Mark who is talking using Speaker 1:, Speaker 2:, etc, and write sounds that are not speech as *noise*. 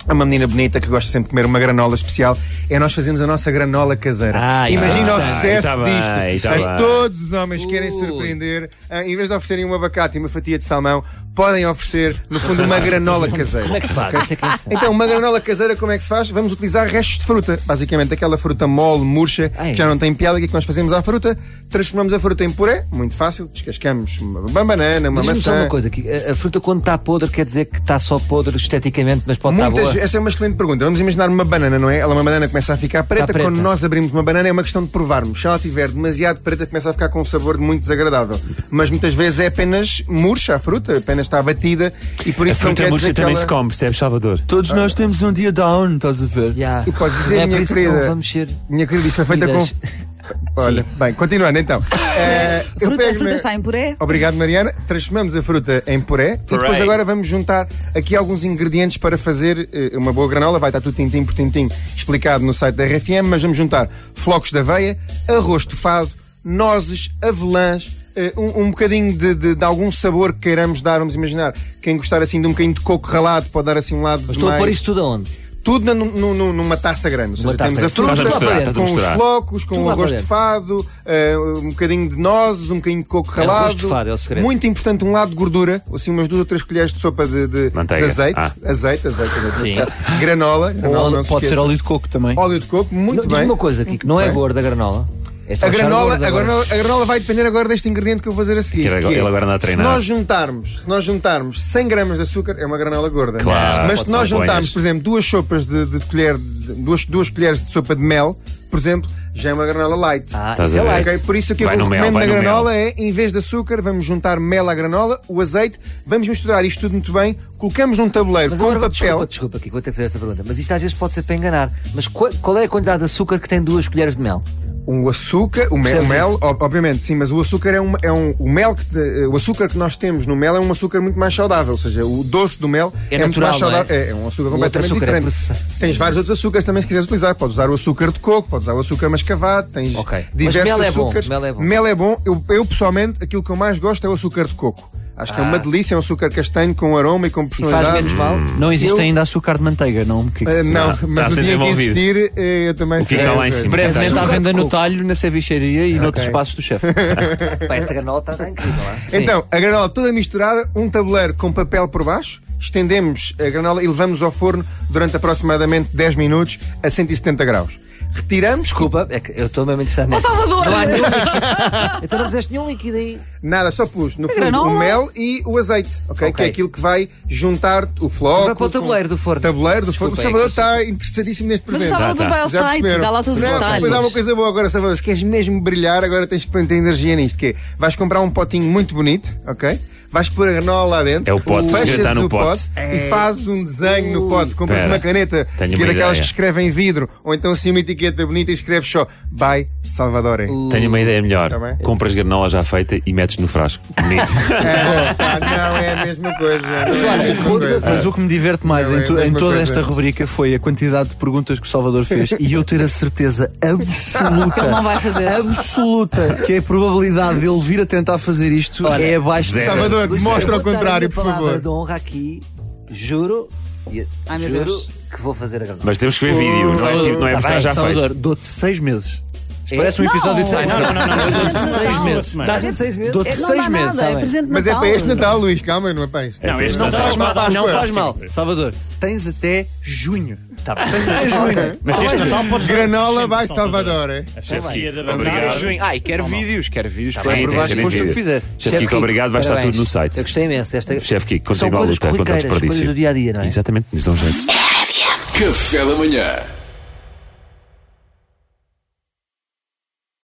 Speaker 1: a uma menina bonita que gosta sempre de comer uma granola especial, é nós fazemos a nossa granola caseira.
Speaker 2: Ah, isso
Speaker 1: Imagina
Speaker 2: é
Speaker 1: o
Speaker 2: bem,
Speaker 1: sucesso
Speaker 2: está bem,
Speaker 1: disto.
Speaker 2: está
Speaker 1: Sei,
Speaker 2: bem.
Speaker 1: todos os homens que querem surpreender, eh, em vez de oferecerem um abacate e uma fatia de salmão, podem oferecer, no
Speaker 2: *laughs*
Speaker 1: fundo, uma granola
Speaker 2: um
Speaker 1: caseira.
Speaker 3: Como é que se faz? Essa é que é essa.
Speaker 1: Então, uma granola caseira, como é que se faz? Vamos utilizar restos de fruta. Basicamente, aquela fruta mole, murcha,
Speaker 3: Ai.
Speaker 1: que já não tem piada. O que é que nós fazemos à fruta? Transformamos a fruta em puré, muito fácil. Descascamos uma ba- banana, uma
Speaker 3: Mas Diz-me só
Speaker 1: maçã.
Speaker 3: uma coisa: que a, a fruta quando está podre quer dizer que está só podre esteticamente, mas pode estar
Speaker 1: Muitas,
Speaker 3: tá boa.
Speaker 1: essa é uma excelente pergunta. Vamos imaginar uma banana, não é? Ela, uma banana começa a ficar preta.
Speaker 3: Está preta.
Speaker 1: Quando nós abrimos uma banana, é uma questão de provarmos. Se ela tiver demasiado preta, começa a ficar com um sabor muito desagradável. Mas muitas vezes é apenas murcha a fruta, apenas está abatida e por
Speaker 2: A
Speaker 1: isso não
Speaker 2: fruta
Speaker 1: quer
Speaker 2: murcha
Speaker 1: dizer que
Speaker 2: também
Speaker 1: ela-
Speaker 2: se come, percebes, Salvador?
Speaker 4: Todos nós temos um dia down, estás a ver?
Speaker 3: Já.
Speaker 1: E podes dizer,
Speaker 3: Não é
Speaker 1: minha
Speaker 3: por isso
Speaker 1: querida.
Speaker 3: que não vamos ser.
Speaker 1: Minha querida, isto foi feita com.
Speaker 3: Comidas.
Speaker 1: Olha, bem, continuando então. Eh, eu
Speaker 5: Fruta, a
Speaker 1: pego
Speaker 5: fruta
Speaker 1: na-
Speaker 5: está em puré?
Speaker 1: Obrigado, Mariana. Transformamos a fruta em puré, e depois
Speaker 2: Puré.
Speaker 1: agora vamos juntar aqui alguns ingredientes para fazer eh, uma boa granola. Vai estar tudo tintim por tintim explicado no site da RFM, mas vamos juntar flocos de aveia, arroz tofado, nozes, avelãs, eh, um, um bocadinho de, de- de algum sabor que queiramos dar, vamos imaginar. Quem gostar assim de um bocadinho de coco ralado pode dar assim um lado
Speaker 3: Mas estou a
Speaker 1: mais-
Speaker 3: pôr isso tudo aonde?
Speaker 1: tudo na- nu- nu- numa taça grande. Ou seja,
Speaker 3: Uma taça
Speaker 1: temos a
Speaker 3: grande. Estás
Speaker 1: fruta
Speaker 3: a misturar, estás a
Speaker 1: com os
Speaker 2: misturar.
Speaker 1: flocos, com
Speaker 3: Tudo
Speaker 1: o
Speaker 3: lá
Speaker 1: arroz
Speaker 3: para
Speaker 1: tofado, eh, um bocadinho de nozes, um bocadinho de coco ralado.
Speaker 3: Arroz tofado é o segredo.
Speaker 1: Muito importante um lado de gordura, assim umas duas ou três colheres de sopa de, de-
Speaker 2: Manteiga.
Speaker 1: de azeite.
Speaker 2: Ah.
Speaker 1: Azeite, azeite, azeite. Granola, granola
Speaker 4: Ou
Speaker 1: não se
Speaker 4: pode ser
Speaker 1: esqueça.
Speaker 4: óleo de coco também.
Speaker 1: Óleo de coco, muito
Speaker 3: Não, Diz-me
Speaker 1: bem.
Speaker 3: uma coisa aqui: que não é
Speaker 1: bem.
Speaker 3: gorda a granola? É
Speaker 1: A
Speaker 3: para achar
Speaker 1: granola,
Speaker 3: gordo
Speaker 1: a,
Speaker 3: agora.
Speaker 1: granola, a granola vai depender agora deste ingrediente que eu vou fazer a seguir.
Speaker 6: Que ele agora-
Speaker 1: é,
Speaker 6: ele agora anda a treinar.
Speaker 1: Se nós juntarmos, se nós juntarmos 100 gramas de açúcar, é uma granola gorda.
Speaker 6: Claro,
Speaker 1: Mas se
Speaker 6: pode
Speaker 1: nós
Speaker 6: ser
Speaker 1: juntarmos,
Speaker 6: bolhas.
Speaker 1: por exemplo, duas sopas de, de colher, de- duas, duas colheres de sopa de mel, por exemplo, já é uma granola light.
Speaker 3: Ah,
Speaker 6: Estás
Speaker 3: isso é
Speaker 6: a ver.
Speaker 3: light.
Speaker 1: Ok, Por isso o que eu
Speaker 6: Vai
Speaker 1: vos
Speaker 6: no mel,
Speaker 1: recomendo na
Speaker 6: vai no
Speaker 1: granola é, em vez de açúcar, vamos juntar mel à granola, o azeite, vamos misturar isto tudo muito bem, colocamos num tabuleiro
Speaker 3: Mas
Speaker 1: com
Speaker 3: agora,
Speaker 1: papel.
Speaker 3: desculpa, desculpa, aqui, vou ter que fazer esta pergunta. Mas isto às vezes pode ser para enganar. Mas qual, qual é a quantidade de açúcar que tem duas colheres de mel?
Speaker 1: O um açúcar, o, me-
Speaker 3: Percebes
Speaker 1: o mel,
Speaker 3: isso?
Speaker 1: ob- obviamente, sim, mas o açúcar é um, é um o mel que te- o açúcar que nós temos no mel é um açúcar muito mais saudável, ou seja, o doce do mel
Speaker 3: É
Speaker 1: é, muito
Speaker 3: natural,
Speaker 1: mais
Speaker 3: não é?
Speaker 1: saudável, é? é um açúcar
Speaker 3: O
Speaker 1: completamente
Speaker 3: outro açúcar é
Speaker 1: diferente.
Speaker 3: processado.
Speaker 1: tens vários outros açúcares também se quiseres utilizar, podes usar o açúcar de coco, podes usar o açúcar mascavado, tens
Speaker 3: Ok. Mas
Speaker 1: diversos
Speaker 3: mel é bom,
Speaker 1: açúcares.
Speaker 3: mel é bom.
Speaker 1: eu, eu, pessoalmente aquilo que eu mais gosto é o açúcar de coco. Acho que é uma delícia, é um açúcar castanho com aroma e com
Speaker 3: Ah. E faz
Speaker 1: personalidade.
Speaker 3: menos mal?
Speaker 4: Não existe
Speaker 1: Eu-
Speaker 4: ainda açúcar de manteiga, não? É Que...
Speaker 1: Ah, não,
Speaker 6: Não, está a ser
Speaker 1: mas no dia que
Speaker 6: desenvolvido.
Speaker 1: existir, eh, eu também
Speaker 6: O que
Speaker 1: sei.
Speaker 6: está lá em cima?
Speaker 4: Brevemente
Speaker 6: Está
Speaker 4: à
Speaker 6: a
Speaker 4: venda no talho, na cevicharia e noutros espaços do chefe.
Speaker 3: Pá, essa granola está está incrível, não é? Sim.
Speaker 1: Então, a granola toda misturada, um tabuleiro com papel por baixo, estendemos a granola e levamos ao forno durante aproximadamente 10 minutos a 170 graus. Retiramos,
Speaker 3: Desculpa, é que eu estou mesmo interessado nisso.
Speaker 5: Salvador!
Speaker 3: Não há nenhum líquido. Então não fizeste nenhum líquido aí.
Speaker 1: nada, só pus no fundo
Speaker 5: É granola?
Speaker 1: o mel e o azeite, ok?
Speaker 3: Ok.
Speaker 1: Que é aquilo que vai juntar o floco.
Speaker 3: Vai para o tabuleiro do forno.
Speaker 1: Tabuleiro do forno.
Speaker 3: Desculpa,
Speaker 1: o Salvador
Speaker 3: é que eu
Speaker 1: está interessadíssimo neste
Speaker 5: Mas
Speaker 1: presente.
Speaker 5: o Salvador
Speaker 6: tá.
Speaker 5: vai ao
Speaker 1: Já
Speaker 5: site,
Speaker 1: perceberam?
Speaker 5: dá lá todos os
Speaker 1: Não, Depois há uma
Speaker 5: detalhes.
Speaker 1: coisa boa agora, Salvador. Se queres mesmo brilhar, agora tens que pôr ter energia nisto. Que é, vais comprar um potinho muito bonito, ok? Vais pôr a granola lá dentro.
Speaker 6: É o pote,
Speaker 1: fechas
Speaker 6: esquentar no
Speaker 1: o pote.
Speaker 6: pote.
Speaker 5: É.
Speaker 1: E fazes um desenho no pote. Compras
Speaker 6: Pera,
Speaker 1: uma caneta que é
Speaker 6: tenho uma
Speaker 1: daquelas
Speaker 6: ideia.
Speaker 1: que escrevem em vidro. Ou então assim uma etiqueta bonita e escreves só By Salvador.
Speaker 6: Tenho uma ideia
Speaker 1: Tá bem.
Speaker 6: melhor. Compras granola já feita e metes no frasco. Bonito.
Speaker 1: *laughs* É, pá, não, é a mesma coisa. Mas
Speaker 4: *laughs*
Speaker 1: assim,
Speaker 4: Mas o que me diverte mais
Speaker 1: Não,
Speaker 4: em,
Speaker 1: é
Speaker 4: tu-
Speaker 1: a
Speaker 4: em
Speaker 1: mesma
Speaker 4: toda
Speaker 1: coisa.
Speaker 4: esta rubrica foi a quantidade de perguntas que o Salvador fez e eu ter a certeza absoluta.
Speaker 5: Ele não vai fazer.
Speaker 4: Absoluta que a probabilidade dele vir a tentar fazer isto
Speaker 3: Olha,
Speaker 4: é abaixo de
Speaker 6: zero.
Speaker 4: Salvador.
Speaker 1: Salvador,
Speaker 3: Luís,
Speaker 1: mostra
Speaker 3: eu
Speaker 1: ao
Speaker 3: vou dar a
Speaker 1: contrário,
Speaker 3: minha
Speaker 1: por
Speaker 3: palavra
Speaker 1: favor.
Speaker 3: de honra aqui, juro, e-
Speaker 5: Ai, meu
Speaker 3: juro
Speaker 5: Deus.
Speaker 3: que vou fazer a granola.
Speaker 6: Mas temos que ver vídeo, não é, tipo- não é
Speaker 4: Tá
Speaker 6: mostrar
Speaker 4: bem,
Speaker 6: já
Speaker 4: Salvador,
Speaker 6: feito.
Speaker 4: dou-te seis meses. Isto
Speaker 3: É?
Speaker 4: Parece um
Speaker 5: Não.
Speaker 4: episódio de seis
Speaker 5: Ai,
Speaker 4: meses. Seis meses.
Speaker 3: Dá-me seis meses.
Speaker 4: Dou-te
Speaker 5: É, não
Speaker 4: seis
Speaker 5: dá
Speaker 4: meses.
Speaker 5: nada,
Speaker 4: tá
Speaker 5: é
Speaker 4: bem.
Speaker 5: presente de
Speaker 1: Mas é
Speaker 5: Natal.
Speaker 1: para este Natal, Luís, calma, não é para isto.
Speaker 6: É, este
Speaker 4: Não
Speaker 6: Natal.
Speaker 4: faz mal,
Speaker 1: Páscoa.
Speaker 4: não faz mal. Salvador, tens até junho.
Speaker 3: Tá bem.
Speaker 4: Tens até junho.
Speaker 6: Mas este Natal pode
Speaker 1: Ah, Granola by Salvador. eh?
Speaker 6: Chefe Kiko,
Speaker 4: Até
Speaker 6: obrigado.
Speaker 4: junho. Ai, quero vídeos, quero vídeos.
Speaker 6: Sim, tem
Speaker 4: Para
Speaker 6: que
Speaker 4: provar
Speaker 6: ser
Speaker 4: que foste tu
Speaker 3: um
Speaker 6: vídeo.
Speaker 4: que fizer.
Speaker 6: Chefe Kiko, obrigado. Vai estar
Speaker 3: parabéns.
Speaker 6: tudo no
Speaker 3: Eu
Speaker 6: site.
Speaker 3: gostei imenso desta.
Speaker 6: Chefe Kiko,
Speaker 3: São
Speaker 6: continua a
Speaker 3: coisas
Speaker 6: luta contra o
Speaker 3: corriqueiras, coisas
Speaker 6: desperdício.
Speaker 3: do dia a dia, não é?
Speaker 6: Exatamente, nos dão jeito.
Speaker 7: Café da manhã.